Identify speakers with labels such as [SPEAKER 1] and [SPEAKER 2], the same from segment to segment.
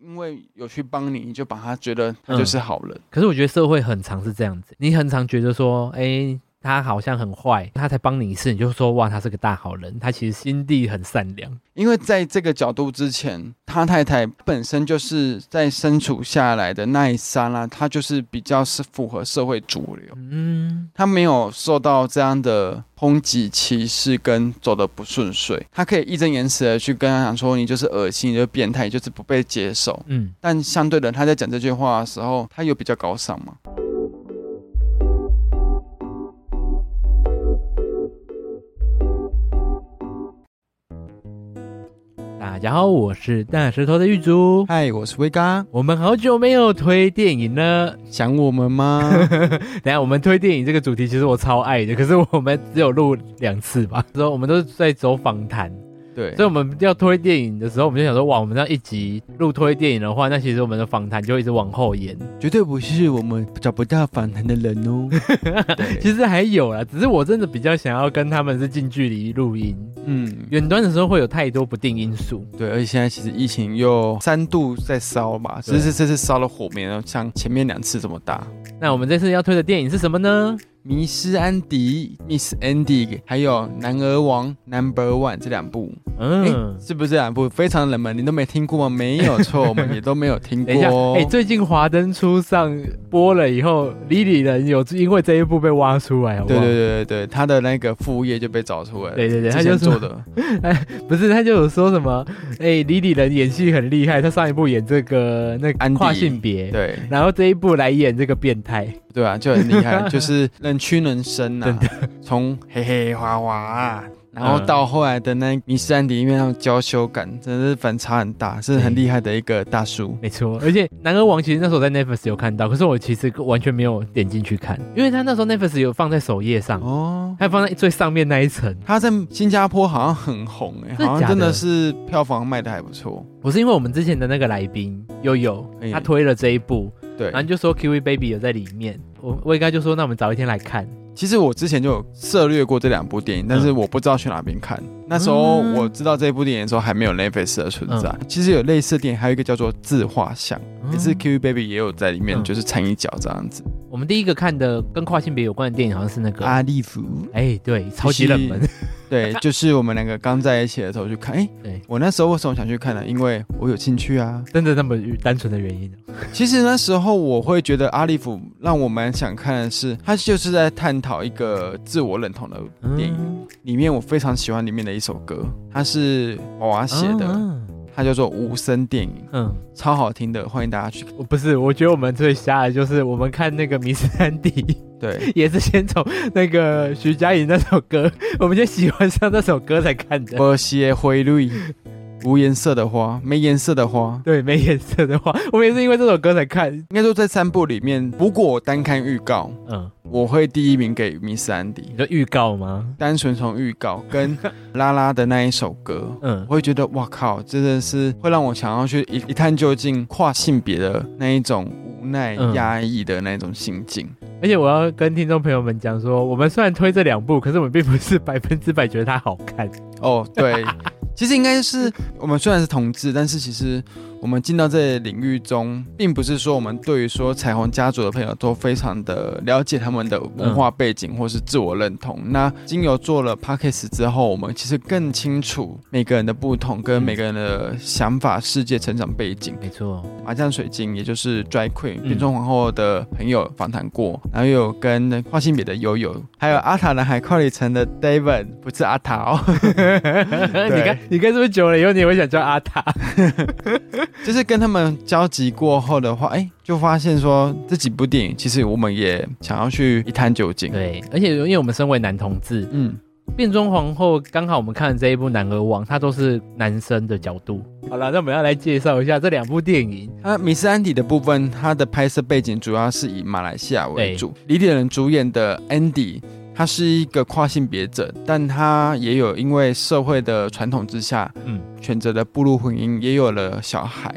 [SPEAKER 1] 因为有去帮你，你就把他觉得他就是好人。
[SPEAKER 2] 可是我觉得社会很常是这样子，你很常觉得说，哎、他好像很坏，他才帮你一次，你就说哇，他是个大好人，他其实心地很善良。
[SPEAKER 1] 因为在这个角度之前，他太太本身就是在身处下来的那一刹那，她就是比较是符合社会主流，
[SPEAKER 2] 嗯，
[SPEAKER 1] 她没有受到这样的抨击、歧视跟走的不顺遂，她可以义正言辞的去跟他讲说，你就是恶心，你就是变态，你就是不被接受。
[SPEAKER 2] 嗯，
[SPEAKER 1] 但相对的，他在讲这句话的时候，他有比较高尚吗？
[SPEAKER 2] 大家好，我是大石头的玉竹。
[SPEAKER 1] 嗨，我是威哥，
[SPEAKER 2] 我们好久没有推电影了，
[SPEAKER 1] 想我们吗？
[SPEAKER 2] 等一下我们推电影这个主题，其实我超爱的，可是我们只有录两次吧，之后我们都是在走访谈，
[SPEAKER 1] 对，
[SPEAKER 2] 所以我们要推电影的时候，我们就想说，哇，我们这样一集录推电影的话，那其实我们的访谈就一直往后延。
[SPEAKER 1] 绝对不是我们找不到反弹的人哦。对，
[SPEAKER 2] 其实还有啦，只是我真的比较想要跟他们是近距离录音，
[SPEAKER 1] 嗯，
[SPEAKER 2] 远端的时候会有太多不定因素。
[SPEAKER 1] 对，而且现在其实疫情又三度在烧嘛，只
[SPEAKER 2] 对
[SPEAKER 1] 是这次烧了火没有像前面两次这么大。
[SPEAKER 2] 那我们这次要推的电影是什么呢？
[SPEAKER 1] 迷失安迪、Miss Andy，还有男儿王 Number One 这两部，
[SPEAKER 2] 嗯，
[SPEAKER 1] 是不是这两部非常冷门？你都没听过吗？没有错，我们也都没有听
[SPEAKER 2] 等一
[SPEAKER 1] 过
[SPEAKER 2] 下，
[SPEAKER 1] 哦。
[SPEAKER 2] 哎、最近《华灯初上》播了以后，李李人有因为这一部被挖出来，好不
[SPEAKER 1] 对
[SPEAKER 2] 好？
[SPEAKER 1] 对对对对，他的那个副业就被找出来了。
[SPEAKER 2] 对对对
[SPEAKER 1] 之
[SPEAKER 2] 他
[SPEAKER 1] 前
[SPEAKER 2] 就
[SPEAKER 1] 做
[SPEAKER 2] 说
[SPEAKER 1] 的，
[SPEAKER 2] 不是，他就有说什么，哎、李李人演戏很厉害，他上一部演这个那
[SPEAKER 1] 安迪
[SPEAKER 2] 个跨性别，
[SPEAKER 1] 对
[SPEAKER 2] 然后这一部来演这个变态，
[SPEAKER 1] 对啊， 就很厉害，就是能屈能伸呐、从黑黑滑滑、啊，然
[SPEAKER 2] 嗯
[SPEAKER 1] 后到后来的那《迷失安迪》里面那种娇羞感，真的是反差很大，是很厉害的一个大叔。
[SPEAKER 2] 没错。而且《男儿王》其实那时候在 Netflix 有看到，可是我其实完全没有点进去看，因为他那时候 Netflix 有放在首页上，
[SPEAKER 1] 哦，
[SPEAKER 2] 还放在最上面那一层。
[SPEAKER 1] 他在新加坡好像很红哎、
[SPEAKER 2] 真的
[SPEAKER 1] 好像
[SPEAKER 2] 假
[SPEAKER 1] 真的
[SPEAKER 2] 的
[SPEAKER 1] 是票房卖的还不错。
[SPEAKER 2] 我是因为我们之前的那个来宾悠悠
[SPEAKER 1] 哎，
[SPEAKER 2] 他推了这一部，
[SPEAKER 1] 对
[SPEAKER 2] 然，后就说 Kiwi Baby 有在里面，我我应该就说那我们早一天来看。
[SPEAKER 1] 其实我之前就有涉略过这两部电影，但是我不知道去哪边看。那时候
[SPEAKER 2] 嗯
[SPEAKER 1] 我知道这部电影的时候，还没有 Netflix 的存在。其实有类似的电影，还有一个叫做《自画像》，也是
[SPEAKER 2] 嗯
[SPEAKER 1] Q Baby 也有在里面，
[SPEAKER 2] 嗯
[SPEAKER 1] 就是掺一脚这样子。
[SPEAKER 2] 我们第一个看的跟跨性别有关的电影好像是那个，哎、
[SPEAKER 1] 利芙，
[SPEAKER 2] 对，超级冷门，
[SPEAKER 1] 对，就是我们两个刚在一起的时候去看。哎、
[SPEAKER 2] 对
[SPEAKER 1] 我那时候为什么想去看呢？因为我有兴趣啊。
[SPEAKER 2] 真的那么单纯的原因。啊
[SPEAKER 1] 其实那时候我会觉得阿利芙让我蛮想看的是，他就是在探讨一个自我认同的电影。
[SPEAKER 2] 嗯
[SPEAKER 1] 里面我非常喜欢里面的一首歌，它是娃娃写的，
[SPEAKER 2] 嗯
[SPEAKER 1] 它叫做《无声电影
[SPEAKER 2] 嗯，》，
[SPEAKER 1] 超好听的，欢迎大家去看。
[SPEAKER 2] 我不是，我觉得我们最瞎的就是我们看那个《迷失安迪》，
[SPEAKER 1] 对，
[SPEAKER 2] 也是先从那个徐佳莹那首歌，我们就喜欢上那首歌才看 的。
[SPEAKER 1] 波西的灰绿，无颜色的花，没颜色的花。
[SPEAKER 2] 对，没颜色的话，我们也是因为这首歌才看。
[SPEAKER 1] 应该说，在三部里面，如果我单看预告，
[SPEAKER 2] 嗯，
[SPEAKER 1] 我会第一名给 Miss Andy。
[SPEAKER 2] 你说预告吗？
[SPEAKER 1] 单纯从预告跟拉拉的那一首歌，
[SPEAKER 2] 嗯
[SPEAKER 1] 我，会觉得哇靠，真的是会让我想要去一一探究竟跨性别的那一种无奈、
[SPEAKER 2] 嗯
[SPEAKER 1] 压抑的那种心境。
[SPEAKER 2] 而且我要跟听众朋友们讲说，我们虽然推这两部，可是我们并不是 百分之百觉得它好看。
[SPEAKER 1] 哦， 对，其实应该是我们虽然是同志，但是其实我们进到这领域中，并不是说我们对于说彩虹家族的朋友都非常的了解他们的文化背景或是自我认同。那经由做了 podcast 之后，我们其实更清楚每个人的不同跟
[SPEAKER 2] 嗯
[SPEAKER 1] 每个人的想法、世界、成长背景。
[SPEAKER 2] 没错，
[SPEAKER 1] 麻将水晶，也就是 Dry Queen
[SPEAKER 2] 嗯
[SPEAKER 1] 变装皇后的朋友访谈过，然后又有跟跨性别的悠悠，还有阿塔男孩跨旅程的 David，不是阿塔哦。
[SPEAKER 2] 你看，你看是不是久了以后，你也会想叫阿塔？
[SPEAKER 1] 就是跟他们交集过后的话，哎、就发现说这几部电影其实我们也想要去一探究竟。
[SPEAKER 2] 对，而且因为我们身为男同志，
[SPEAKER 1] 嗯，
[SPEAKER 2] 变装皇后刚好我们看的这一部《男儿王》，它都是男生的角度。好了，那我们要来介绍一下这两部电影。
[SPEAKER 1] 那《迷失安迪》的部分，它的拍摄背景主要是以马来西亚为主。李典仁主演的 Andy，他是一个跨性别者，但他也有因为社会的传统之下，
[SPEAKER 2] 嗯
[SPEAKER 1] 选择了步入婚姻，也有了小孩。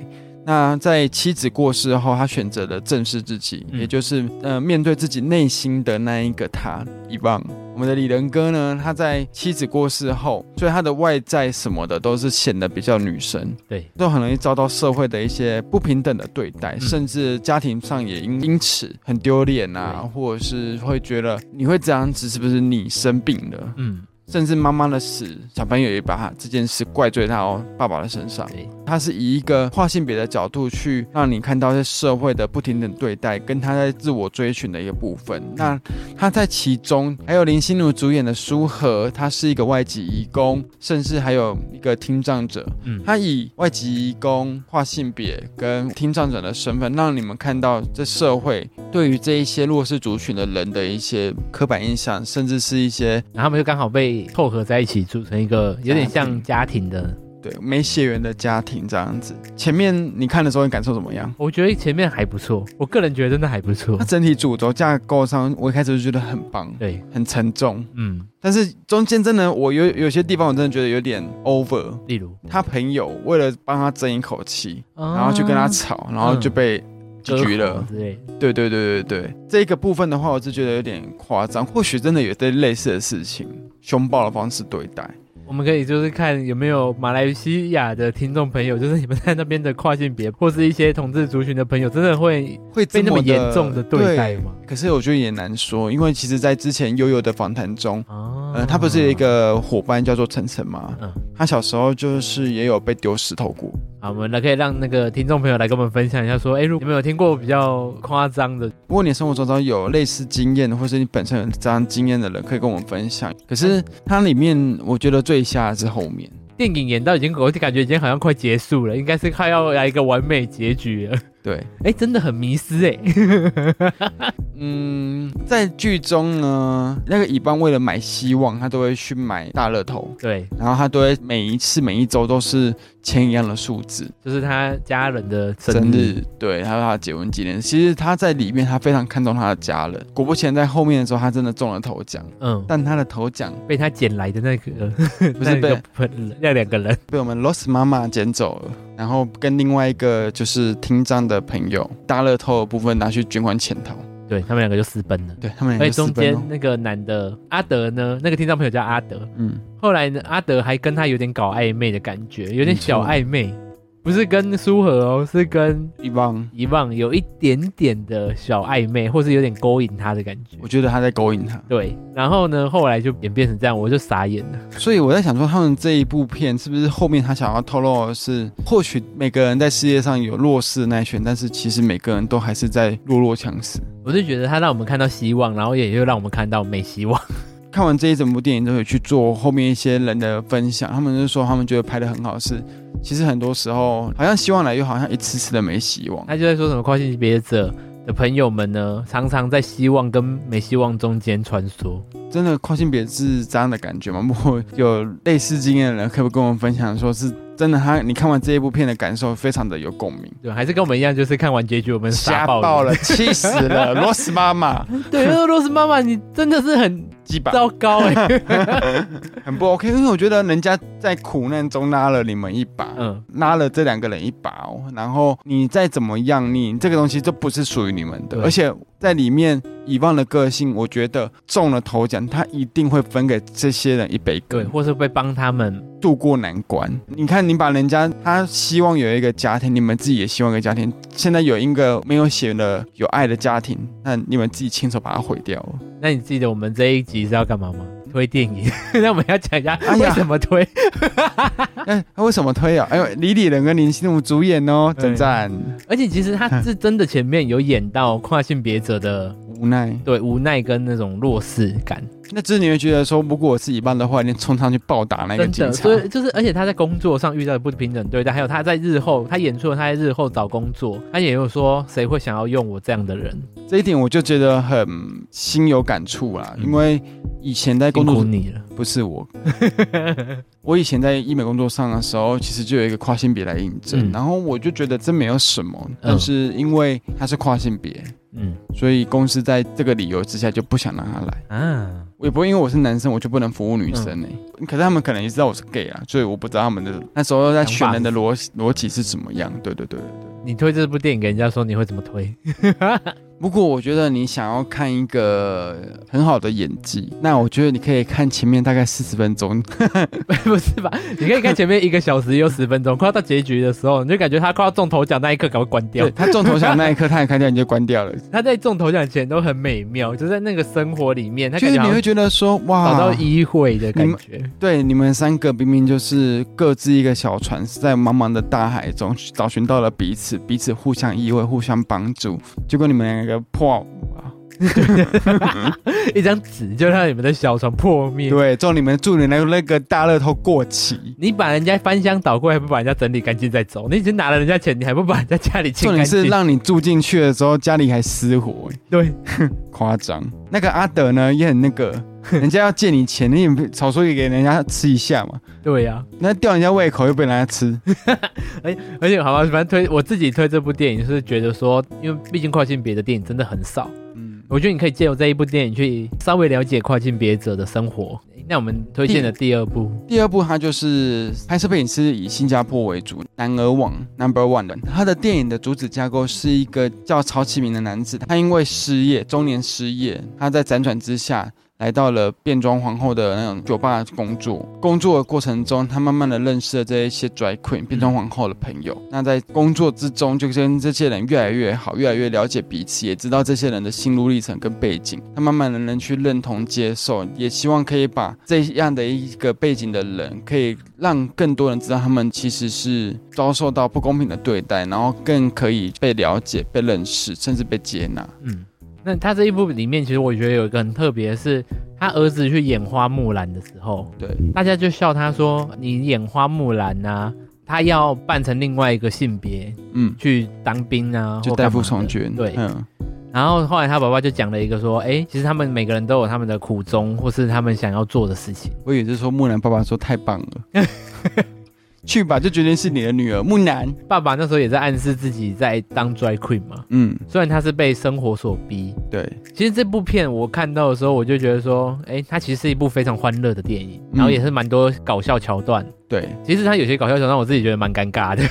[SPEAKER 1] 那在妻子过世后，他选择了正视自己，
[SPEAKER 2] 嗯
[SPEAKER 1] 也就是呃面对自己内心的那一个他，遗忘。我们的李仁哥呢，他在妻子过世后，所以他的外在什么的都是显得比较女神，
[SPEAKER 2] 对，
[SPEAKER 1] 都很容易遭到社会的一些不平等的对待，
[SPEAKER 2] 嗯
[SPEAKER 1] 甚至家庭上也因因此很丢脸啊，或者是会觉得你会这样子是不是你生病了？
[SPEAKER 2] 嗯，
[SPEAKER 1] 甚至妈妈的死，小朋友也把他这件事怪罪到爸爸的身上。
[SPEAKER 2] 对，
[SPEAKER 1] 他是以一个跨性别的角度去让你看到在社会的不平等对待，跟他在自我追寻的一个部分。那他在其中还有林心如主演的苏荷，她是一个外籍移工，甚至还有一个听障者。
[SPEAKER 2] 嗯，
[SPEAKER 1] 他以外籍移工、跨性别跟听障者的身份，让你们看到这社会对于这一些弱势族群的人的一些刻板印象，甚至是一些
[SPEAKER 2] 然后他们就刚好被凑合在一起，组成一个有点像嗯家庭的。
[SPEAKER 1] 对没血缘的家庭这样子。前面你看的时候，你感受怎么样？
[SPEAKER 2] 我觉得前面还不错，我个人觉得真的还不错
[SPEAKER 1] 它。整体主轴架构上，我一开始就觉得很棒，
[SPEAKER 2] 对，
[SPEAKER 1] 很沉重，
[SPEAKER 2] 嗯，
[SPEAKER 1] 但是中间真的，我有有些地方我真的觉得有点 over。
[SPEAKER 2] 例如，
[SPEAKER 1] 他朋友为了帮他争一口气，然后去跟他
[SPEAKER 2] 啊嗯
[SPEAKER 1] 吵，然后就被
[SPEAKER 2] 割
[SPEAKER 1] 局
[SPEAKER 2] 喉
[SPEAKER 1] 了。
[SPEAKER 2] 之类的。
[SPEAKER 1] 对对对对对，这个部分的话，我是觉得有点夸张，或许真的有对类似的事情，凶暴的方式对待。
[SPEAKER 2] 我们可以就是看有没有马来西亚的听众朋友，就是你们在那边的跨性别或是一些同志族群的朋友，真的会
[SPEAKER 1] 会这
[SPEAKER 2] 被那么
[SPEAKER 1] 么
[SPEAKER 2] 严重的对待吗？
[SPEAKER 1] 可是我觉得也难说，因为其实，在之前悠悠的访谈中，
[SPEAKER 2] 啊
[SPEAKER 1] 呃，他不是有一个伙伴叫做晨晨吗？
[SPEAKER 2] 嗯
[SPEAKER 1] 他小时候就是也有被丢石头过。
[SPEAKER 2] 好，我们来可以让那个听众朋友来跟我们分享一下，说，哎，如果你们有听过比较夸张的，
[SPEAKER 1] 如果你生活中有类似经验，或是你本身有这样经验的人，可以跟我们分享。可是它里面，我觉得最吓的是后面。
[SPEAKER 2] 电影演到已经，我就感觉已经好像快结束了，应该是快要来一个完美结局了。
[SPEAKER 1] 对，
[SPEAKER 2] 哎，真的很迷失哎，
[SPEAKER 1] 嗯，在剧中呢，那个乙班为了买希望，他都会去买大乐透，
[SPEAKER 2] 对，
[SPEAKER 1] 然后他都会每一次每一周都是签一样的数字，
[SPEAKER 2] 就是他家人的
[SPEAKER 1] 生
[SPEAKER 2] 生日，
[SPEAKER 1] 日，对，还有他的结婚纪念。其实他在里面，他非常看重他的家人。果不其然，在后面的时候，他真的中了头奖，
[SPEAKER 2] 嗯，
[SPEAKER 1] 但他的头奖
[SPEAKER 2] 被他捡来的那 个，
[SPEAKER 1] 不是
[SPEAKER 2] 那
[SPEAKER 1] 被
[SPEAKER 2] 个那两个人，
[SPEAKER 1] 被我们 Lost 妈妈捡走了，然后跟另外一个就是听障的朋友，大乐透的部分拿去捐款潜逃，
[SPEAKER 2] 对他们两个就私奔了。
[SPEAKER 1] 对他们
[SPEAKER 2] 所
[SPEAKER 1] 两
[SPEAKER 2] 以
[SPEAKER 1] 个私
[SPEAKER 2] 哎中
[SPEAKER 1] 奔
[SPEAKER 2] 间
[SPEAKER 1] 哦。
[SPEAKER 2] 那个男的阿德呢，那个听众朋友叫阿德，
[SPEAKER 1] 嗯，
[SPEAKER 2] 后来呢，阿德还跟他有点搞暧昧的感觉，有点小
[SPEAKER 1] 没错
[SPEAKER 2] 暧昧，不是跟苏荷哦，是跟
[SPEAKER 1] 一帮，
[SPEAKER 2] 遗忘有一点点的小暧昧，或是有点勾引他的感觉
[SPEAKER 1] 我。觉得他在勾引他。
[SPEAKER 2] 对，然后呢，后来就演变成这样，我就傻眼了。
[SPEAKER 1] 所以我在想说，他们这一部片是不是后面他想要透露的是，或许每个人在世界上有弱势的那一群，但是其实每个人都还是在弱弱强食。
[SPEAKER 2] 我就觉得他让我们看到希望，然后也又让我们看到没希望。
[SPEAKER 1] 看完这一整部电影之后，有去做后面一些人的分享，他们就说他们觉得拍的很好是，其实很多时候好像希望来，又好像一次次的没希望。
[SPEAKER 2] 他就在说什么跨性别者的朋友们呢，常常在希望跟没希望中间穿梭。
[SPEAKER 1] 真的跨性别是这样的感觉吗？如果有类似经验的人，可不可以跟我们分享，说是真的他你看完这一部片的感受非常的有共鸣。
[SPEAKER 2] 对，还是跟我们一样，就是看完结局我们
[SPEAKER 1] 吓
[SPEAKER 2] 傻爆
[SPEAKER 1] 爆了，气死了，罗斯妈 妈，
[SPEAKER 2] 对，俄罗斯妈妈，你真的是很
[SPEAKER 1] 鸡巴
[SPEAKER 2] 糟 糕哎、
[SPEAKER 1] 嗯很不 OK，因为我觉得人家在苦难中拉了你们一把，
[SPEAKER 2] 嗯，
[SPEAKER 1] 拉了这两个人一把哦，然后你再怎么样，你这个东西都不是属于你们的，
[SPEAKER 2] 对
[SPEAKER 1] 而且在里面遗忘的个性，我觉得中了头奖，他一定会分给这些人一杯
[SPEAKER 2] 对，
[SPEAKER 1] 羹，
[SPEAKER 2] 或是会帮他们，
[SPEAKER 1] 渡过难关。你看，你把人家他希望有一个家庭，你们自己也希望有一个家庭，现在有一个没有血缘的有爱的家庭，那你们自己亲手把它毁掉哦了。
[SPEAKER 2] 那你记得我们这一集是要干嘛吗？推电影， 那我们要讲一下
[SPEAKER 1] 哎呀
[SPEAKER 2] 为什 么推。
[SPEAKER 1] 哎，他为什么推啊？哎呦，李李仁跟林心如主演哦，
[SPEAKER 2] 对
[SPEAKER 1] 真赞，
[SPEAKER 2] 而且其实他是真的前面有演到跨性别者的
[SPEAKER 1] 无奈。
[SPEAKER 2] 对无奈跟那种弱势感，
[SPEAKER 1] 那只是你会觉得说，如果我是一般的话，你冲上去暴打那个
[SPEAKER 2] 真
[SPEAKER 1] 警
[SPEAKER 2] 的，
[SPEAKER 1] 察
[SPEAKER 2] 所，以就是而且他在工作上遇到的不平等对待，还有他在日后他演出了他在日后找工作，他也有说谁会想要用我这样的人，
[SPEAKER 1] 这一点我就觉得很心有感触啦。
[SPEAKER 2] 嗯
[SPEAKER 1] 因为以前在
[SPEAKER 2] 辛
[SPEAKER 1] 工
[SPEAKER 2] 苦
[SPEAKER 1] 作，
[SPEAKER 2] 你了，
[SPEAKER 1] 不是 我，我以前在医美工作上的时候，其实就有一个跨性别来应征，
[SPEAKER 2] 嗯
[SPEAKER 1] 然后我就觉得这没有什么，但是因为他是跨性别，
[SPEAKER 2] 嗯
[SPEAKER 1] 所以公司在这个理由之下就不想让他来。
[SPEAKER 2] 啊，
[SPEAKER 1] 我也不会因为我是男生我就不能服务女生
[SPEAKER 2] 嗯
[SPEAKER 1] 呢、可是他们可能也知道我是 gay 啊，所以我不知道他们的那时候在选人的逻逻辑是怎么样。对对对对对，
[SPEAKER 2] 你推这部电影给人家说，你会怎么推？
[SPEAKER 1] 不过我觉得你想要看一个很好的演技，那我觉得你可以看前面大概四十分钟，
[SPEAKER 2] 不是吧？你可以看前面一个小时有十分钟，快要到结局的时候，你就感觉他快要中头奖那一刻，赶快关掉
[SPEAKER 1] 对。他中头奖那一刻，他也开掉你就关 掉了，
[SPEAKER 2] 他在中头奖前都很美妙，就在那个生活里面，他
[SPEAKER 1] 就
[SPEAKER 2] 感
[SPEAKER 1] 是
[SPEAKER 2] 觉
[SPEAKER 1] 你
[SPEAKER 2] 好像
[SPEAKER 1] 会觉得说哇，
[SPEAKER 2] 找到依会的感觉。
[SPEAKER 1] 对，你们三个明明就是各自一个小船，是在茫茫的大海中找寻到了彼此，彼此互相依偎，互相帮助。结果你们两个破，
[SPEAKER 2] 一张纸就让你们的小船破灭。
[SPEAKER 1] 对，祝你们祝你那个那个大乐透过期。
[SPEAKER 2] 你把人家翻箱倒柜，还不把人家整理干净再走？你已经拿了人家钱，你还不把人家家里
[SPEAKER 1] 重
[SPEAKER 2] 清干
[SPEAKER 1] 点是
[SPEAKER 2] 净？
[SPEAKER 1] 让你住进去的时候，家里还失火、欸
[SPEAKER 2] 对，
[SPEAKER 1] 夸张。那个阿德呢也很那个， 人家要借你钱，你也少说也给人家吃一下嘛，
[SPEAKER 2] 对啊呀、
[SPEAKER 1] 那吊人家胃口又被人家吃。
[SPEAKER 2] 而且好吧，反正推我自己推这部电影是觉得说，因为毕竟跨性别的电影真的很少，
[SPEAKER 1] 嗯，
[SPEAKER 2] 我觉得你可以借由这一部电影去稍微了解跨性别者的生活。那我们推荐的第二部，
[SPEAKER 1] 第二部它就是拍摄背景是以新加坡为主，男儿网 Number One 的。他的电影的主旨架构是一个叫曹启明的男子，他因为失业，中年失业，他在辗转之下。来到了变装皇后的那种酒吧工作，工作的过程中，他慢慢的认识了这一些 drag queen 变装皇后的朋友。那在工作之中，就跟这些人越来越好，越来越了解彼此，也知道这些人的心路历程跟背景。他慢慢的能去认同、接受，也希望可以把这样的一个背景的人，可以让更多人知道他们其实是遭受到不公平的对待，然后更可以被了解、被认识，甚至被接纳。
[SPEAKER 2] 嗯，那他这一部里面，其实我觉得有一个很特别的是，他儿子去演花木兰的时候，
[SPEAKER 1] 对，
[SPEAKER 2] 大家就笑他说：“你演花木兰呐、啊，他要扮成另外一个性别
[SPEAKER 1] 嗯，
[SPEAKER 2] 去当兵啊，
[SPEAKER 1] 就
[SPEAKER 2] 或
[SPEAKER 1] 代
[SPEAKER 2] 干嘛
[SPEAKER 1] 父
[SPEAKER 2] 的
[SPEAKER 1] 从军。
[SPEAKER 2] 对，
[SPEAKER 1] 嗯，
[SPEAKER 2] 然后后来他爸爸就讲了一个说：“哎、其实他们每个人都有他们的苦衷，或是他们想要做的事情。
[SPEAKER 1] 我以为是说木兰爸爸说太棒了， 去吧，就决定是你的女儿木兰。”
[SPEAKER 2] 爸爸那时候也在暗示自己在当 drag queen 嘛，
[SPEAKER 1] 嗯，
[SPEAKER 2] 虽然他是被生活所逼。
[SPEAKER 1] 对，
[SPEAKER 2] 其实这部片我看到的时候，我就觉得说：“哎、它其实是一部非常欢乐的电影，
[SPEAKER 1] 嗯
[SPEAKER 2] 然后也是蛮多搞笑桥段。
[SPEAKER 1] 对，
[SPEAKER 2] 其实它有些搞笑桥段，我自己觉得蛮尴尬的。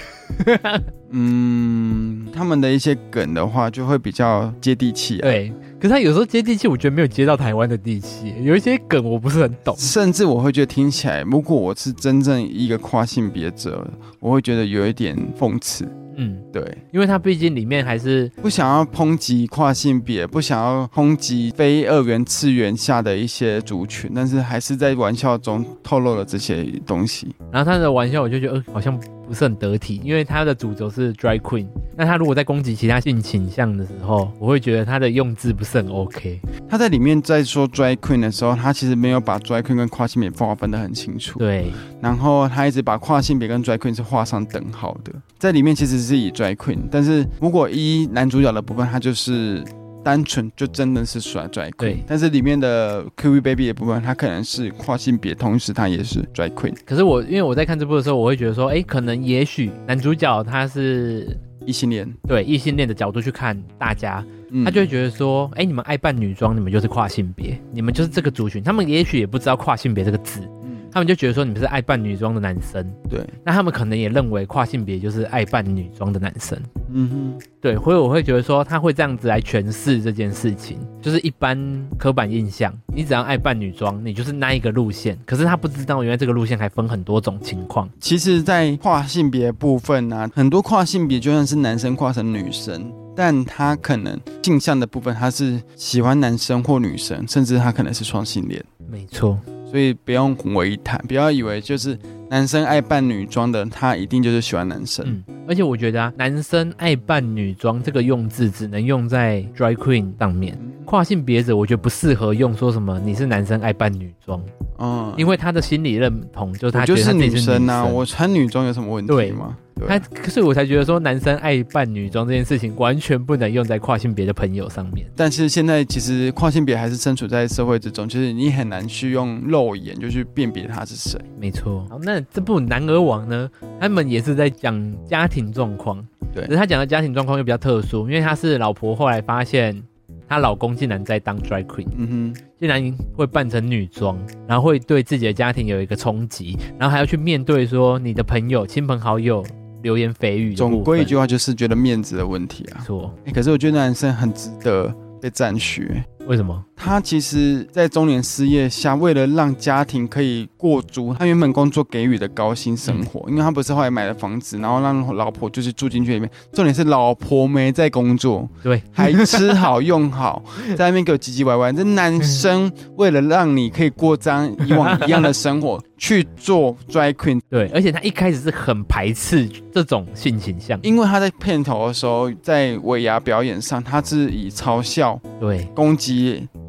[SPEAKER 1] 嗯，他们的一些梗的话，就会比较接地气、啊。
[SPEAKER 2] 对，可是他有时候接地气，我觉得没有接到台湾的地气，有一些梗我不是很懂。
[SPEAKER 1] 甚至我会觉得听起来，如果我是真正一个跨性别者，我会觉得有一点讽刺。
[SPEAKER 2] 嗯，
[SPEAKER 1] 对，
[SPEAKER 2] 因为它毕竟里面还是
[SPEAKER 1] 不想要抨击跨性别，不想要抨击非二元次元下的一些族群，但是还是在玩笑中透露了这些东西。
[SPEAKER 2] 然后他的玩笑，我就觉得、呃、好像不是很得体，因为他的主轴是 drag queen，那他如果在攻击其他性倾向的时候，我会觉得他的用字不是很 OK。
[SPEAKER 1] 他在里面在说 drag queen 的时候，他其实没有把 drag queen 跟跨性别划分得很清楚。
[SPEAKER 2] 对，
[SPEAKER 1] 然后他一直把跨性别跟 drag queen 是画上等号的，在里面其实是以 drag queen，但是如果依男主角的部分，他就是单纯就真的是耍 drag
[SPEAKER 2] 对
[SPEAKER 1] queen，但是里面的 Q V baby 的部分，他可能是跨性别，同时他也是 drag queen，
[SPEAKER 2] 可是我因为我在看这部的时候，我会觉得说，哎，可能也许男主角他是
[SPEAKER 1] 异性恋，
[SPEAKER 2] 对异性恋的角度去看大家，
[SPEAKER 1] 嗯
[SPEAKER 2] 他就会觉得说，哎、你们爱扮女装，你们就是跨性别，你们就是这个族群。他们也许也不知道跨性别这个字，
[SPEAKER 1] 嗯
[SPEAKER 2] 他们就觉得说你们是爱扮女装的男生，
[SPEAKER 1] 对，
[SPEAKER 2] 那他们可能也认为跨性别就是爱扮女装的男生。
[SPEAKER 1] 嗯哼，
[SPEAKER 2] 对，所以我会觉得说他会这样子来诠释这件事情，就是一般刻板印象，你只要爱扮女装，你就是那一个路线。可是他不知道，原来这个路线还分很多种情况。
[SPEAKER 1] 其实，在跨性别部分呢、啊，很多跨性别就算是男生跨成女生。但他可能性向的部分，他是喜欢男生或女生，甚至他可能是双性恋。
[SPEAKER 2] 没错，
[SPEAKER 1] 所以不用混为一谈，不要以为就是男生爱扮女装的，他一定就是喜欢男生。
[SPEAKER 2] 嗯，而且我觉得啊，男生爱扮女装这个用字只能用在 drag queen 上面。跨性别者，我觉得不适合用说什么你是男生爱扮女装，
[SPEAKER 1] 嗯，
[SPEAKER 2] 因为他的心理认同就是他
[SPEAKER 1] 我
[SPEAKER 2] 觉
[SPEAKER 1] 就
[SPEAKER 2] 得他
[SPEAKER 1] 是
[SPEAKER 2] 自己
[SPEAKER 1] 女
[SPEAKER 2] 是
[SPEAKER 1] 生
[SPEAKER 2] 啊，
[SPEAKER 1] 啊，我穿女装有什么问题吗？对
[SPEAKER 2] 他，所以我才觉得说男生爱扮女装这件事情完全不能用在跨性别的朋友上面。
[SPEAKER 1] 但是现在其实跨性别还是身处在社会之中，就是你很难去用肉眼就去辨别他是谁。
[SPEAKER 2] 没错，好，那这部《男儿王》呢，他们也是在讲家庭状况，
[SPEAKER 1] 对
[SPEAKER 2] 可是他讲的家庭状况又比较特殊，因为他是老婆后来发现她老公竟然在当 drag queen，
[SPEAKER 1] 嗯
[SPEAKER 2] 竟然会扮成女装，然后会对自己的家庭有一个冲击，然后还要去面对说你的朋友、亲朋好友流言蜚语的部分。
[SPEAKER 1] 总归一句话就是觉得面子的问题
[SPEAKER 2] 没
[SPEAKER 1] 啊。
[SPEAKER 2] 错，
[SPEAKER 1] 欸可是我觉得男生很值得被赞许、欸
[SPEAKER 2] 为什么？
[SPEAKER 1] 他其实，在中年失业下，为了让家庭可以过足他原本工作给予的高薪生
[SPEAKER 2] 嗯
[SPEAKER 1] 活，因为他不是后来买了房子，然后让老婆就是住进去里面。重点是老婆没在工作，
[SPEAKER 2] 对，
[SPEAKER 1] 还吃好用 好，在那边给我唧唧歪歪。这男生为了让你可以过张以往一样的生 活，去做 drag queen，
[SPEAKER 2] 对，而且他一开始是很排斥这种性倾向，
[SPEAKER 1] 因为他在片头的时候，在尾牙表演上，他是以嘲笑
[SPEAKER 2] 对，
[SPEAKER 1] 攻击，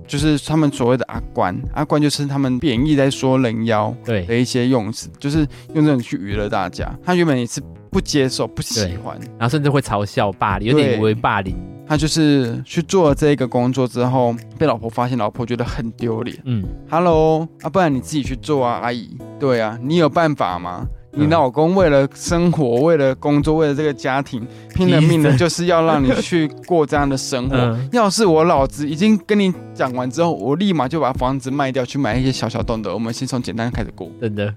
[SPEAKER 1] 就是他们所谓的阿关，阿关就是他们贬义在说人妖
[SPEAKER 2] 对，
[SPEAKER 1] 的一些用词，就是用这种去娱乐大家。他原本也是不接受、不喜欢，
[SPEAKER 2] 然后甚至会嘲笑霸凌，有
[SPEAKER 1] 对
[SPEAKER 2] 点为霸凌，
[SPEAKER 1] 他就是去做了这个工作之后，被老婆发现，老婆觉得很丢脸。
[SPEAKER 2] 嗯，
[SPEAKER 1] Hello，啊，不然你自己去做啊，阿姨。对啊，你有办法吗？你
[SPEAKER 2] 嗯
[SPEAKER 1] 老公为了生活、为了工作、为了这个家庭，拼了命的，就是要让你去过这样的生活。
[SPEAKER 2] 嗯
[SPEAKER 1] 要是我老子已经跟你讲完之后，我立马就把房子卖掉，去买一些小小栋的。我们先从简单开始过，
[SPEAKER 2] 真的。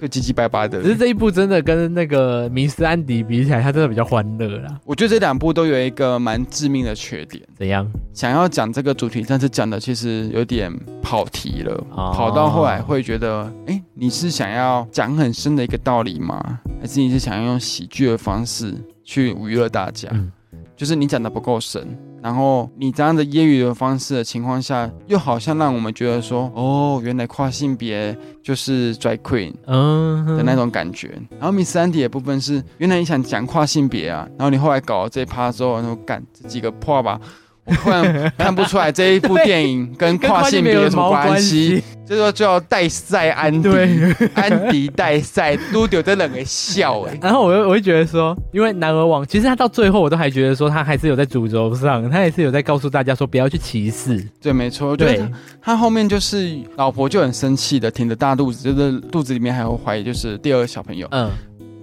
[SPEAKER 1] 就唧唧巴巴的
[SPEAKER 2] 只。是这一部真的跟那个《迷失安迪》比起来，它真的比较欢乐啦。
[SPEAKER 1] 我觉得这两部都有一个蛮致命的缺点，
[SPEAKER 2] 怎样？
[SPEAKER 1] 想要讲这个主题，但是讲的其实有点跑题了。
[SPEAKER 2] 哦
[SPEAKER 1] 跑到后来会觉得，哎、你是想要讲很深的一个道理吗？还是你是想要用喜剧的方式去娱乐大家？
[SPEAKER 2] 嗯
[SPEAKER 1] 就是你讲的不够深，然后你这样的揶揄的方式的情况下，又好像让我们觉得说，哦，原来跨性别就是 drag queen。
[SPEAKER 2] 嗯
[SPEAKER 1] 的那种感觉，然后 Miss Andy 的部分是，原来你想讲跨性别啊，然后你后来搞了这一趴之后，然后干这几个破 吧，我突然看不出来这一部电影跟
[SPEAKER 2] 跟
[SPEAKER 1] 跨性别有什么
[SPEAKER 2] 毛
[SPEAKER 1] 关系
[SPEAKER 2] 系？。
[SPEAKER 1] 就说就要戴赛安迪，
[SPEAKER 2] 对，
[SPEAKER 1] 安迪戴赛，都丢在冷个笑 哎、
[SPEAKER 2] 然后我又我会觉得说，因为男儿王，其实他到最后我都还觉得说，他还是有在主轴上，他还是有在告诉大家说不要去歧视。
[SPEAKER 1] 对，没错，我觉得
[SPEAKER 2] 对
[SPEAKER 1] 他他后面就是老婆就很生气的，挺着大肚子，就是肚子里面还有怀疑，就是第二个小朋友
[SPEAKER 2] 嗯，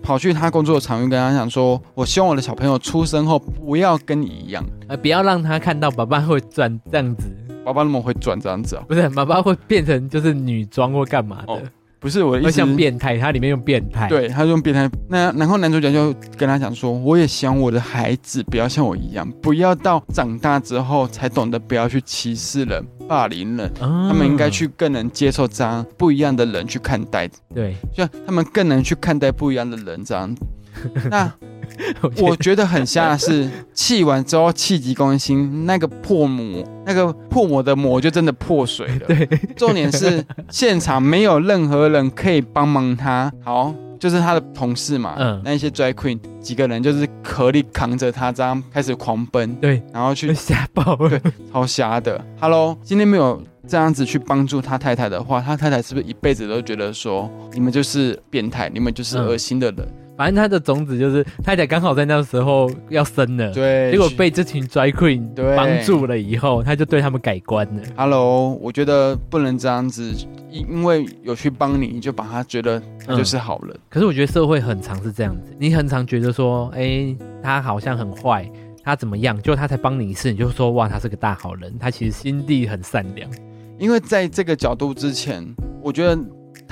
[SPEAKER 1] 跑去他工作的场域跟他讲说，我希望我的小朋友出生后不要跟你一样，
[SPEAKER 2] 呃，不要让他看到爸爸会转这样子，
[SPEAKER 1] 爸爸那么会转这样子哦，
[SPEAKER 2] 不是爸爸会变成就是女装或干嘛的，
[SPEAKER 1] 哦不是我的意
[SPEAKER 2] 会
[SPEAKER 1] 思
[SPEAKER 2] 像
[SPEAKER 1] 是。
[SPEAKER 2] 变态，它里面用变态。，
[SPEAKER 1] 对，他用变态。那然后男主角就跟他讲说，我也希望我的孩子不要像我一样，不要到长大之后才懂得不要去歧视人、霸凌人，他
[SPEAKER 2] 他
[SPEAKER 1] 们应该去更能接受这样不一样的人去看待，
[SPEAKER 2] 对，
[SPEAKER 1] 就他们更能去看待不一样的人这样。 那 我
[SPEAKER 2] 我
[SPEAKER 1] 觉得很像是气完之后气急攻心，那个破膜，那个破膜的膜就真的破水 了。对，重点是现场没有任何人可以帮忙他。好。就是他的同事嘛，
[SPEAKER 2] 嗯
[SPEAKER 1] 那一些 drag queen 几个人就是合力扛着他，这样开始狂奔，
[SPEAKER 2] 对，
[SPEAKER 1] 然后去
[SPEAKER 2] 被吓爆了。
[SPEAKER 1] 超瞎的。Hello，今天没有这样子去帮助他太太的话，他太太是不是一辈子都觉得说你们就是变态，你们
[SPEAKER 2] 嗯
[SPEAKER 1] 就是恶心的人？
[SPEAKER 2] 反正他的种子就是太太刚好在那时候要生了，
[SPEAKER 1] 对，
[SPEAKER 2] 结果被这群 drag queen
[SPEAKER 1] 对
[SPEAKER 2] 帮助了以后，他就对他们改观了。
[SPEAKER 1] Hello，我觉得不能这样子，因因为有去帮你，你就把他觉得他嗯就是好人。
[SPEAKER 2] 嗯可是我觉得社会很常是这样子，你很常觉得说，哎、他好像很坏，他怎么样，就他才帮你一次，你就说哇，他是个大好人，他其实心地很善良。
[SPEAKER 1] 因为在这个角度之前，我觉得。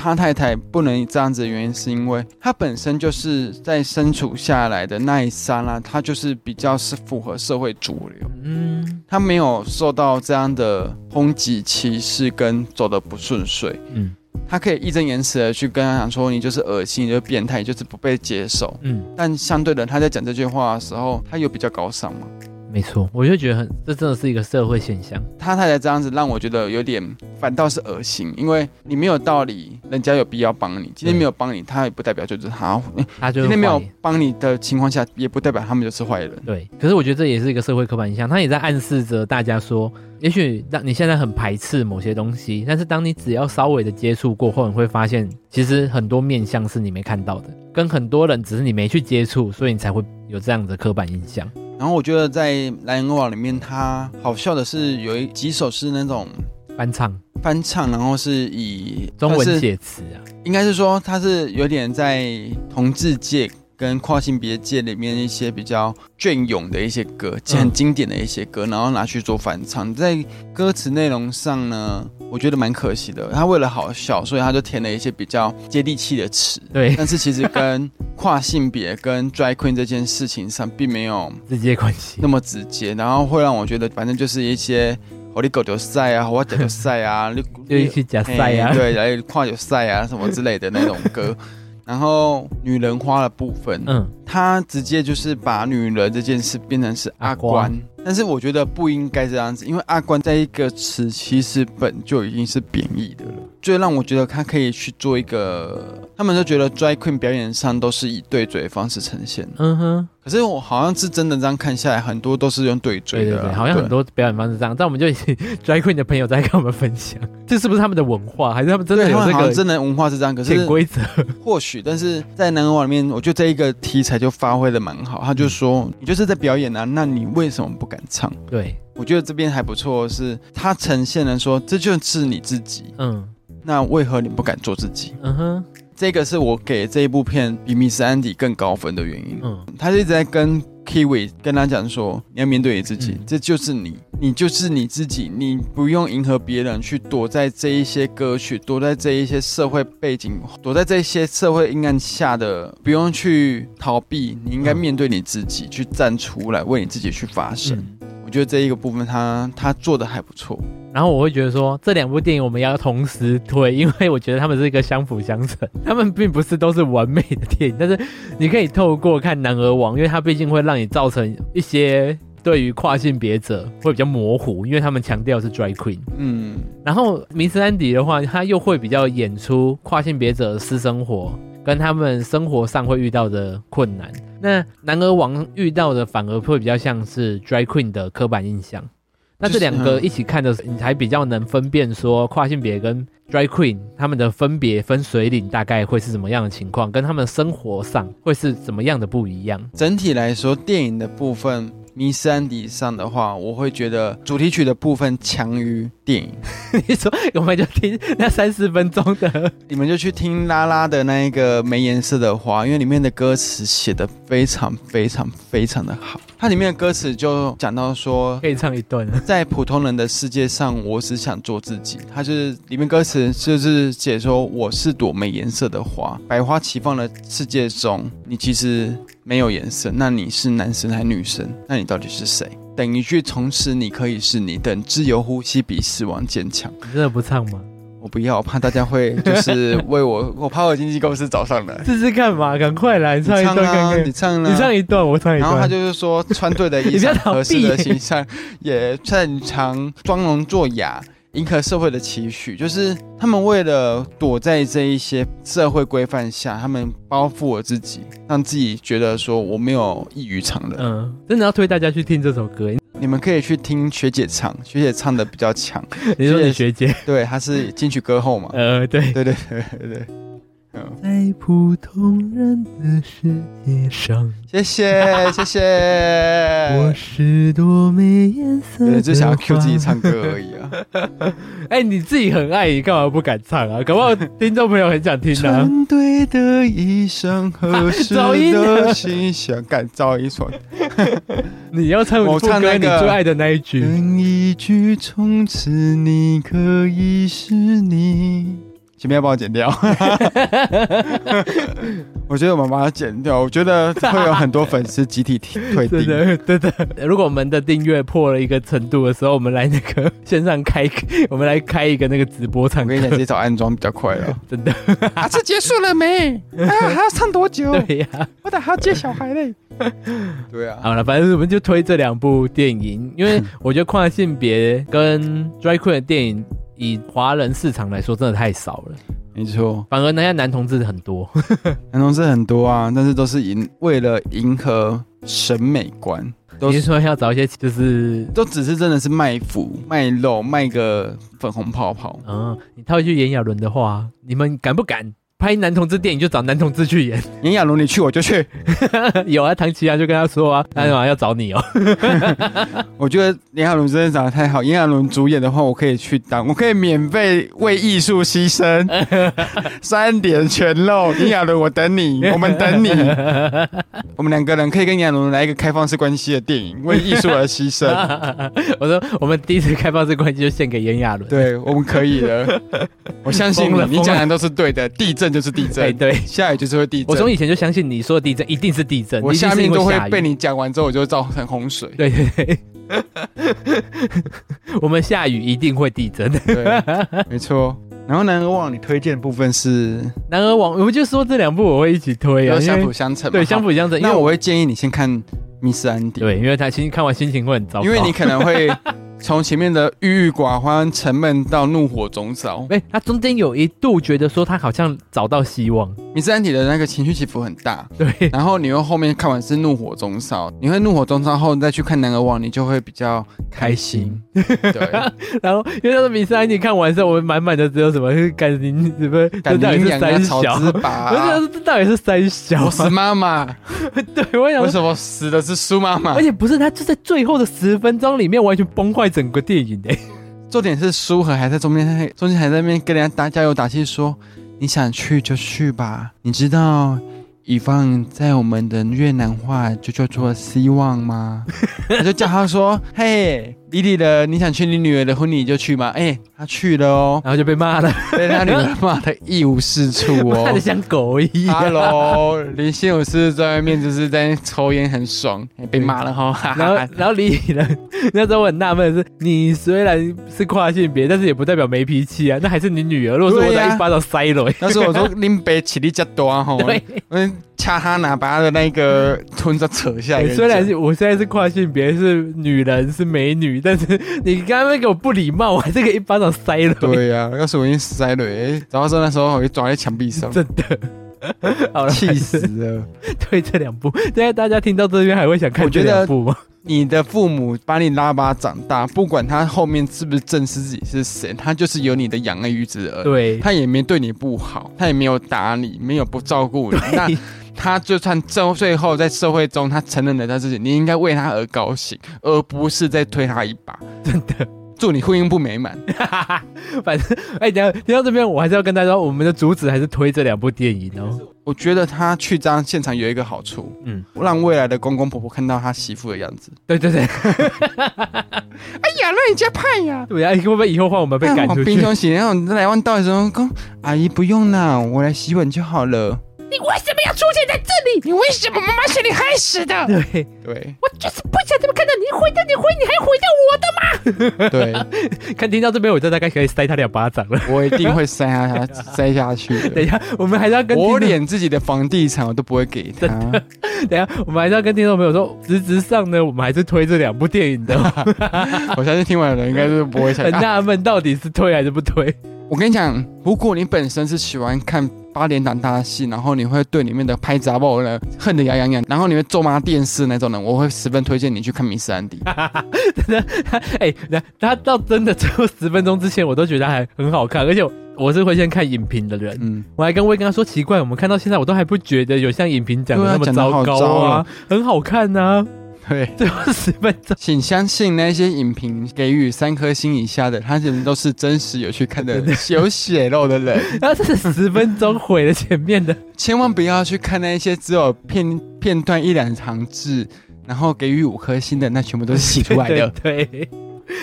[SPEAKER 1] 他太太不能这样子的原因，是因为他本身就是在身处下来的那一刹那，他就是比较是符合社会主流。
[SPEAKER 2] 嗯
[SPEAKER 1] 他没有受到这样的抨击、歧视跟走的不顺遂，
[SPEAKER 2] 嗯
[SPEAKER 1] 他可以义正言辞的去跟他讲说，你就是恶心，你就是变态，你就是不被接受。
[SPEAKER 2] 嗯，
[SPEAKER 1] 但相对的，他在讲这句话的时候，他有比较高尚吗？
[SPEAKER 2] 没错，我就觉得很，这真的是一个社会现象。
[SPEAKER 1] 他太太这样子让我觉得有点反倒是恶心，因为你没有道理，人家有必要帮你，今天没有帮你，他也不代表就是他，
[SPEAKER 2] 他就
[SPEAKER 1] 今
[SPEAKER 2] 是
[SPEAKER 1] 天没有
[SPEAKER 2] 坏
[SPEAKER 1] 帮你的情况下，也不代表他们就是坏人。
[SPEAKER 2] 对，可是我觉得这也是一个社会刻板印象，它也在暗示着大家说，也许当你现在很排斥某些东西，但是当你只要稍微的接触过后，你会发现其实很多面向是你没看到的，跟很多人只是你没去接触，所以你才会有这样的刻板印象。
[SPEAKER 1] 然后我觉得在《莱恩网》里面，他好笑的是有一几首是那种
[SPEAKER 2] 翻唱
[SPEAKER 1] 翻唱，然后是以
[SPEAKER 2] 中
[SPEAKER 1] 算
[SPEAKER 2] 文
[SPEAKER 1] 是
[SPEAKER 2] 写词啊，
[SPEAKER 1] 应该是说他是有点在同志界跟跨性别界里面一些比较隽永的一些歌，很经典的一些歌，然后拿去做翻唱。在歌词内容上呢，我觉得蛮可惜的。他为了好笑，所以他就填了一些比较接地气的词，
[SPEAKER 2] 对
[SPEAKER 1] 但是其实跟跨性别跟 drag queen 这件事情上并没有
[SPEAKER 2] 直接关系
[SPEAKER 1] 那。么直接，然后会让我觉得反正就是一些。我的狗就赛啊，我脚就赛啊，你
[SPEAKER 2] 就去 假赛啊
[SPEAKER 1] 嘿，哎对，来跨球赛啊什么之类的那种 歌。然后女人花的部分，
[SPEAKER 2] 嗯，
[SPEAKER 1] 他直接就是把女人这件事变成是阿
[SPEAKER 2] 阿
[SPEAKER 1] 关，但是我觉得不应该这样子，因为阿关在一个词其实本就已经是贬义的了。最让我觉得他可以去做一个，他们都觉得 drag queen 表演上都是以对嘴的方式呈现，
[SPEAKER 2] 嗯哼，
[SPEAKER 1] 可是我好像是真的这样看下来，很多都是用对
[SPEAKER 2] 对
[SPEAKER 1] 嘴
[SPEAKER 2] 对
[SPEAKER 1] 的啊，
[SPEAKER 2] 对，好像很多表演方式这样，但我们就已经 drag queen 的朋友在跟我们分享，这是不是他们的文化，还是他们真
[SPEAKER 1] 对
[SPEAKER 2] 的有
[SPEAKER 1] 他
[SPEAKER 2] 这
[SPEAKER 1] 们好像
[SPEAKER 2] 个
[SPEAKER 1] 真的文化是这样，可是
[SPEAKER 2] 潜规则？
[SPEAKER 1] 或许，但是在南文网里面，我觉得这一个题材就发挥的蛮好。他就说，你就是在表演啊，那你为什么不敢唱？
[SPEAKER 2] 对，
[SPEAKER 1] 我觉得这边还不错，是它呈现了说这就是你自己，
[SPEAKER 2] 嗯
[SPEAKER 1] 那为何你不敢做自己？
[SPEAKER 2] 嗯哼，
[SPEAKER 1] 这个是我给这一部片比《密斯安迪》更高分的原因。
[SPEAKER 2] 嗯
[SPEAKER 1] 他就一直在跟 Kiwi 跟他讲说，你要面对你自己，
[SPEAKER 2] 嗯
[SPEAKER 1] 这就是你，你就是你自己，你不用迎合别人，去躲在这一些歌曲，躲在这一些社会背景，躲在这一些社会阴暗下的，不用去逃避，你应该
[SPEAKER 2] 嗯
[SPEAKER 1] 面对你自己，去站出来，为你自己去发声。
[SPEAKER 2] 嗯。
[SPEAKER 1] 我觉得这一个部分他他做的还不错，
[SPEAKER 2] 然后我会觉得说，这两部电影我们要同时推， 因为我觉得他们是一个相辅相成， 他们并不是都是完美的电影，但是你可以透过看《男儿王》，因为它毕竟会让你造成一些对于跨性别者会比较模糊，因为他们强调是 drag queen。
[SPEAKER 1] 嗯，
[SPEAKER 2] 然后明斯安迪的话，他又会比较演出跨性别者的私生活跟他们生活上会遇到的困难。那男儿王遇到的反而会比较像是 drag queen 的刻板印象。那这两
[SPEAKER 1] 就是
[SPEAKER 2] 个
[SPEAKER 1] 嗯
[SPEAKER 2] 一起看的时候，你才比较能分辨说跨性别跟 drag queen 他们的分别分水岭大概会是怎么样的情况，跟他们生活上会是怎么样的不一样。
[SPEAKER 1] 整体来说，电影的部分《迷失安迪》上的话，我会觉得主题曲的部分强于电影。
[SPEAKER 2] 你说我们就听那三四分钟的，
[SPEAKER 1] 你们就去听拉拉的那一个没颜色的花，因为里面的歌词写的非常非常非常的好。它里面的歌词就讲到说，
[SPEAKER 2] 可以唱一段啊了。
[SPEAKER 1] 在普通人的世界上，我只想做自己。它就是里面歌词就是写说，我是朵没颜色的花，百花齐放的世界中，你其实没有颜色。那你是男生还是女生？那你到底是谁？等一句，从此你可以是你，等自由呼吸比死亡坚强。
[SPEAKER 2] 你真的不唱吗？
[SPEAKER 1] 我不要，我怕大家会就是为我，我怕我经纪公司找上 来。
[SPEAKER 2] 这是干嘛？赶快来你
[SPEAKER 1] 你
[SPEAKER 2] 唱一
[SPEAKER 1] 唱
[SPEAKER 2] 段看
[SPEAKER 1] 啊，
[SPEAKER 2] 看。
[SPEAKER 1] 你唱啊，
[SPEAKER 2] 你唱一段，我唱一
[SPEAKER 1] 然
[SPEAKER 2] 段。
[SPEAKER 1] 后他就是说，穿对的衣
[SPEAKER 2] 你不要
[SPEAKER 1] 裳，
[SPEAKER 2] 逃避
[SPEAKER 1] 合适的形象，也擅长装聋作哑，迎合社会的期许。就是他们为了躲在这一些社会规范下，他们包覆了自己，让自己觉得说我没有异于常人。
[SPEAKER 2] 嗯，真的要推大家去听这首歌。
[SPEAKER 1] 你们可以去听学姐唱，学姐唱的比较强，
[SPEAKER 2] 你说你学 姐，
[SPEAKER 1] 对，她是金曲歌后嘛，
[SPEAKER 2] 呃，对。
[SPEAKER 1] 对对对对对，嗯。
[SPEAKER 2] 在普通人的世界上，
[SPEAKER 1] 谢 谢谢谢。
[SPEAKER 2] 我是多没颜色
[SPEAKER 1] 对，
[SPEAKER 2] 的花。
[SPEAKER 1] 呃就想要 Q 自己唱歌而已 啊。
[SPEAKER 2] 哎、你自己很爱，你干嘛不敢唱啊？搞不好听众朋友很想听 啊。
[SPEAKER 1] 穿对的衣裳，合适
[SPEAKER 2] 噪 音
[SPEAKER 1] 的
[SPEAKER 2] 了
[SPEAKER 1] 形象，敢造一首。
[SPEAKER 2] 你要唱
[SPEAKER 1] 我
[SPEAKER 2] 副歌
[SPEAKER 1] 唱那
[SPEAKER 2] 你
[SPEAKER 1] 个
[SPEAKER 2] 最爱的那一嗯句。
[SPEAKER 1] 等一句，从此你可以是你。前面要帮我剪 掉，我觉得我们把它剪掉。我觉得会有很多粉丝集体退
[SPEAKER 2] 真
[SPEAKER 1] 订。
[SPEAKER 2] 的，真的。如果我们的订阅破了一个程度的时候，我们来那个线上开，我们来开一个那个直播唱
[SPEAKER 1] 我
[SPEAKER 2] 歌
[SPEAKER 1] 跟你，讲，直接找安装比较快了。
[SPEAKER 2] 真的。
[SPEAKER 1] 啊，这结束了没？啊，还要唱多久
[SPEAKER 2] 对呀、
[SPEAKER 1] 我等还要接小孩嘞。 对啊，
[SPEAKER 2] 好了，反正我们就推这两部电影，因为我觉得跨性别跟 drag queen 的电影。以华人市场来说，真的太少了，
[SPEAKER 1] 没错，
[SPEAKER 2] 反而那些男同志很多。
[SPEAKER 1] 男同志很多啊，但是都是迎为了迎合审美观，都
[SPEAKER 2] 你是
[SPEAKER 1] 是
[SPEAKER 2] 说要找一些就是，
[SPEAKER 1] 都只是真的是卖腐、卖肉、卖个粉红泡泡。
[SPEAKER 2] 啊嗯，你套一句炎亚纶的话，你们敢不敢？拍男同志电影就找男同志去演。
[SPEAKER 1] 炎亚纶你去我就去，
[SPEAKER 2] 有啊，唐奇啊就跟他说
[SPEAKER 1] 嗯
[SPEAKER 2] 啊，他嘛要找你哦。
[SPEAKER 1] 我觉得炎亚纶真的长得太好，炎亚纶主演的话，我可以去当，我可以免费为艺术牺牲，三点全漏，炎亚纶我等你，我们等你，我们两个人可以跟炎亚纶来一个开放式关系的电影，为艺术而牺牲，
[SPEAKER 2] 我说我们第一次开放式关系就献给炎亚纶。
[SPEAKER 1] 对我们可以的， 我相信
[SPEAKER 2] 疯了
[SPEAKER 1] 你，
[SPEAKER 2] 疯
[SPEAKER 1] 你
[SPEAKER 2] 了
[SPEAKER 1] 讲的都是对的，地震就是地
[SPEAKER 2] 哎，
[SPEAKER 1] 震，
[SPEAKER 2] 对，
[SPEAKER 1] 下雨就是会地震，
[SPEAKER 2] 我从以前就相信你说的地震一定是地震，
[SPEAKER 1] 我
[SPEAKER 2] 一定
[SPEAKER 1] 下
[SPEAKER 2] 是
[SPEAKER 1] 面
[SPEAKER 2] 因为
[SPEAKER 1] 都
[SPEAKER 2] 下
[SPEAKER 1] 会
[SPEAKER 2] 雨
[SPEAKER 1] 被你讲完之后，我就造成洪水。
[SPEAKER 2] 对对 对，我们下雨一定会地震。
[SPEAKER 1] 对，没错。然后呢，我往你推荐的部分是
[SPEAKER 2] 男儿王，我们就说这两部我会一起推
[SPEAKER 1] 有
[SPEAKER 2] 啊，因为
[SPEAKER 1] 相辅相成嘛，
[SPEAKER 2] 对
[SPEAKER 1] 好
[SPEAKER 2] 相。辅相成。因为
[SPEAKER 1] 那我会建议你先看《密斯安迪》，
[SPEAKER 2] 对，因为他心看完心情会很糟糕，
[SPEAKER 1] 因为你可能会从前面的郁郁寡欢、沉闷到怒火中烧。
[SPEAKER 2] 哎、他中间有一度觉得说他好像找到希望，
[SPEAKER 1] 密斯安迪的那个情绪起伏很大，
[SPEAKER 2] 对，
[SPEAKER 1] 然后你又后面看完是怒火中烧，你会怒火中烧后再去看《男儿王》，你就会比较开 心。对，
[SPEAKER 2] 然后因为那个比赛你看完之后，我满满的只有什么感情，什么这
[SPEAKER 1] 感
[SPEAKER 2] 到底
[SPEAKER 1] 情
[SPEAKER 2] 是
[SPEAKER 1] 两个
[SPEAKER 2] 三
[SPEAKER 1] 草
[SPEAKER 2] 小，
[SPEAKER 1] 之
[SPEAKER 2] 我
[SPEAKER 1] 拔
[SPEAKER 2] 就想
[SPEAKER 1] 啊，
[SPEAKER 2] 说这到底是三小
[SPEAKER 1] 我死
[SPEAKER 2] 啊，
[SPEAKER 1] 妈妈，
[SPEAKER 2] 对，我想
[SPEAKER 1] 为
[SPEAKER 2] 说。
[SPEAKER 1] 什么死的是苏妈妈
[SPEAKER 2] 而？且不是他，就在最后的十分钟里面完全崩坏整个电影哎、
[SPEAKER 1] 重点是苏和还在中间，还中间还在那边跟人家打加油打气说：“你想去就去吧，你知道以放在我们的越南话就叫做希望吗？” 他就叫他说：“嘿，李李的，你想去你女儿的婚礼就去嘛。”哎，他去了哦，
[SPEAKER 2] 然后就被骂了，
[SPEAKER 1] 被他女儿骂的一无是处
[SPEAKER 2] 骂的
[SPEAKER 1] 哦。
[SPEAKER 2] 像狗一样。
[SPEAKER 1] Hello，林心如是在外面就是在抽烟很爽，哎被骂了哦哈、哈
[SPEAKER 2] 然后
[SPEAKER 1] 哈。，
[SPEAKER 2] 然后李李仁， 那时候我很纳闷的是，你虽然是跨性别，但是也不代表没脾气啊，那还是你女儿。如果说我
[SPEAKER 1] 对
[SPEAKER 2] 再
[SPEAKER 1] 呀
[SPEAKER 2] 一巴掌塞了、
[SPEAKER 1] 那时候我说林北起力加多吼，
[SPEAKER 2] 对，哎
[SPEAKER 1] 嗯，掐哈拿把他的那个臀子扯下来
[SPEAKER 2] 欸
[SPEAKER 1] 跟你讲。
[SPEAKER 2] 嗯虽然是我现在是跨性别，是女人，是美女，但是你刚刚给我不礼貌，我还是给一巴掌塞了。，
[SPEAKER 1] 对呀、要是我已经死在了，哎然后说那时候我就抓在墙壁上，哎
[SPEAKER 2] 真的。 好了，
[SPEAKER 1] 气死了。
[SPEAKER 2] 对这两部，现在大家听到这边还会想看
[SPEAKER 1] 我
[SPEAKER 2] 这
[SPEAKER 1] 觉得
[SPEAKER 2] 两部吗？
[SPEAKER 1] 你的父母把你拉拔长大，不管他后面是不是正视自己是谁，他就是有你的养儿育之儿。
[SPEAKER 2] 对，
[SPEAKER 1] 他也没对你不好，他也没有打你，没有不照顾你。 那他就算最最后在社会中，他承认了他自己，你应该为他而高兴，而不是在推他一把。
[SPEAKER 2] 真的。
[SPEAKER 1] 祝你婚姻不美满。
[SPEAKER 2] 反正哎，等一下听到这边，我还是要跟大家说，我们的主旨还是推这两部电影哦。
[SPEAKER 1] 我觉得他去这样现场有一个好处，
[SPEAKER 2] 嗯，
[SPEAKER 1] 让未来的公公婆婆看到他媳妇的样子。
[SPEAKER 2] 对对对，
[SPEAKER 1] 哎呀，那你家派呀、
[SPEAKER 2] 对啊，会不会以后换我们被赶
[SPEAKER 1] 哎
[SPEAKER 2] 出
[SPEAKER 1] 我
[SPEAKER 2] 去
[SPEAKER 1] 冰？箱洗，然后来问到的时候，公阿姨不用啦，我来洗碗就好了。
[SPEAKER 3] 你为什么要出现在这里？你为什么妈妈是你害死 的？
[SPEAKER 2] 对，
[SPEAKER 1] 对
[SPEAKER 3] 我就是不想这么看到你毁掉你毁，你还毁掉我的吗？
[SPEAKER 1] 对，
[SPEAKER 2] 看听到这边，我就大概可以塞他两巴掌了。
[SPEAKER 1] 我一定会塞下他，塞下去
[SPEAKER 2] 等
[SPEAKER 1] 的。
[SPEAKER 2] 一下，我们还是要跟
[SPEAKER 1] 我
[SPEAKER 2] 听众
[SPEAKER 1] 连自己的房地产我都不会给他，
[SPEAKER 2] 等一下，我们还是要跟听众朋友说，实质上呢，我们还是推这两部电影的，
[SPEAKER 1] 我相信听完的人应该是不会想
[SPEAKER 2] 很
[SPEAKER 1] 啊。
[SPEAKER 2] 纳闷到底是推还是不推。
[SPEAKER 1] 我跟你讲，如果你本身是喜欢看八点档大戏，然后你会对里面的拍杂报呢恨得牙痒痒，然后你会咒骂电视那种人，我会十分推荐你去看《迷失安迪》。
[SPEAKER 2] 哎、那他到真的最后十分钟之前，我都觉得还很好看，而且我是会先看影评的人，
[SPEAKER 1] 嗯，
[SPEAKER 2] 我还跟威跟他说奇怪，我们看到现在我都还不觉得有像影评讲的
[SPEAKER 1] 对啊
[SPEAKER 2] 那么
[SPEAKER 1] 讲得
[SPEAKER 2] 糟
[SPEAKER 1] 好
[SPEAKER 2] 糕
[SPEAKER 1] 糟
[SPEAKER 2] 啊
[SPEAKER 1] 哦，
[SPEAKER 2] 很好看呐、啊，
[SPEAKER 1] 对，
[SPEAKER 2] 最后十分钟。
[SPEAKER 1] 请相信那些影评给予三颗星以下的，他们都是真实有去看的人，有血肉的人，
[SPEAKER 2] 然后这是十分钟毁了前 面的，
[SPEAKER 1] 千万不要去看那些只有片 片段一两行字。然后给予五颗星的，那全部都是洗出来的。
[SPEAKER 2] 对对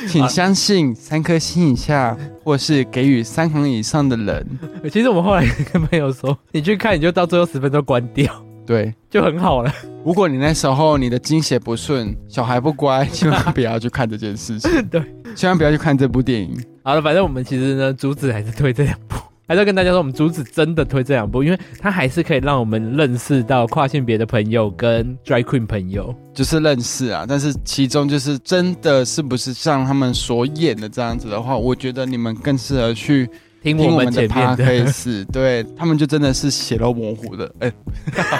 [SPEAKER 1] 请相信三颗星以下，或是给予三行以上的人，
[SPEAKER 2] 对 其实我们后来跟朋友说， 你去看你就到最后十分钟关掉，
[SPEAKER 1] 对，
[SPEAKER 2] 就很好了。
[SPEAKER 1] 如果你那时候你的经血不顺，小孩不乖，千万不要去看这件事情。
[SPEAKER 2] 对，
[SPEAKER 1] 千万不要去看这部电影。
[SPEAKER 2] 好了，反正我们其实呢，主旨还是推这两部， 还是要跟大家说，我们主旨真的推这两部，因为它还是可以让我们认识到跨性别的朋友跟 drag queen 朋友。
[SPEAKER 1] 就是认识啊，但是其中就是真的是不是像他们所演的这样子的话，我觉得你们更适合去
[SPEAKER 2] 听
[SPEAKER 1] 听
[SPEAKER 2] 我
[SPEAKER 1] 我
[SPEAKER 2] 们
[SPEAKER 1] 们的
[SPEAKER 2] 前面
[SPEAKER 1] p
[SPEAKER 2] 的，
[SPEAKER 1] a c 是，对他们就真的是血肉模糊 的，哎、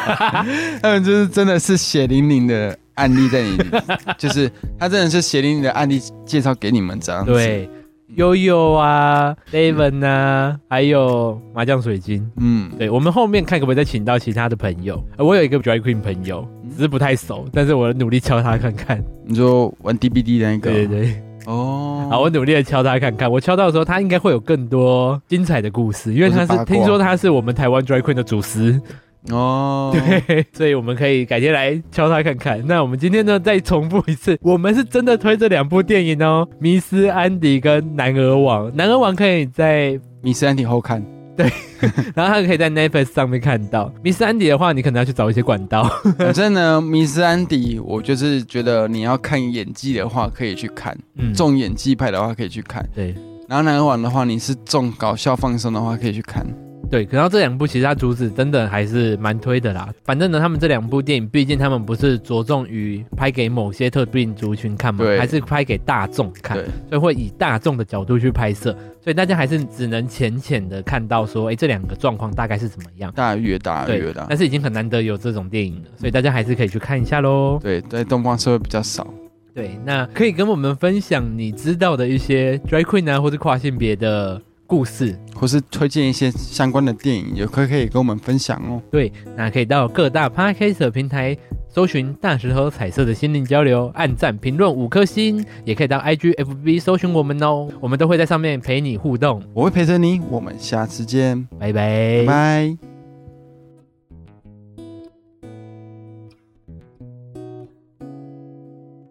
[SPEAKER 1] 他们就是真的是血淋淋的案例在你，就是他真的是血淋淋的案例介绍给你们这样子。
[SPEAKER 2] 对。悠悠啊、David 啊，还有麻将水晶。
[SPEAKER 1] 嗯，
[SPEAKER 2] 对我们后面看可不可以再请到其他的朋友。呃我有一个 drag queen 朋友，只是不太熟，但是我努力敲他看看。
[SPEAKER 1] 你说玩 DBD 的那个，
[SPEAKER 2] 对对对，
[SPEAKER 1] 哦，
[SPEAKER 2] 好，我努力的敲他看看。我敲到的时候，他应该会有更多精彩的故事，因为他
[SPEAKER 1] 或是
[SPEAKER 2] 是
[SPEAKER 1] 八卦
[SPEAKER 2] 听说他是我们台湾 drag queen 的祖师，
[SPEAKER 1] 哦，
[SPEAKER 2] 对，所以我们可以改天来敲他看看。那我们今天呢，再重复一次，我们是真的推这两部电影哦，《迷失安迪》跟《男儿王》。《男儿王》可以在，
[SPEAKER 1] 米斯安挺后 看，
[SPEAKER 2] 然后他可以在 Netflix 上面看到。《迷失安迪》的话，你可能要去找一些管道。
[SPEAKER 1] 反正呢，迷斯安迪，我就是觉得你要看演技的话，可以去看；
[SPEAKER 2] 嗯，
[SPEAKER 1] 重演技派的话，可以去看；
[SPEAKER 2] 对
[SPEAKER 1] 然后男玩的话，你是重搞笑放松的话，可以去看。
[SPEAKER 2] 对，可能这两部其实它主旨真的还是蛮推的啦。反正呢，他们这两部电影，毕竟他们不是着重于拍给某些特定族群看嘛，
[SPEAKER 1] 对
[SPEAKER 2] 还是拍给大众看，
[SPEAKER 1] 对，
[SPEAKER 2] 所以会以大众的角度去拍摄，所以大家还是只能浅浅的看到说，哎，这两个状况大概是怎么样。
[SPEAKER 1] 大约大
[SPEAKER 2] 对
[SPEAKER 1] 约，的啊
[SPEAKER 2] 但。是已经很难得有这种电影了，所以大家还是可以去看一下喽。
[SPEAKER 1] 对，在东方社会比较少。
[SPEAKER 2] 对，那可以跟我们分享你知道的一些 drag queen 啊，或是跨性别的故事，
[SPEAKER 1] 或是推荐一些相关的电影，也可可以跟我们分享哦。
[SPEAKER 2] 对，那可以到各大 podcast 的平台搜寻“大石头彩色的心灵交流”，按赞、评论五颗星，也可以到 IG、FB 搜寻我们哦，我们都会在上面陪你互动。
[SPEAKER 1] 我会陪着你，我们下次见，
[SPEAKER 2] 拜拜。
[SPEAKER 1] 拜拜。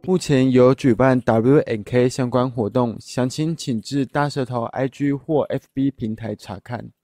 [SPEAKER 1] 目前有举办 W N K 相关活动，详情请至大舌头 IG 或 FB 平台查看。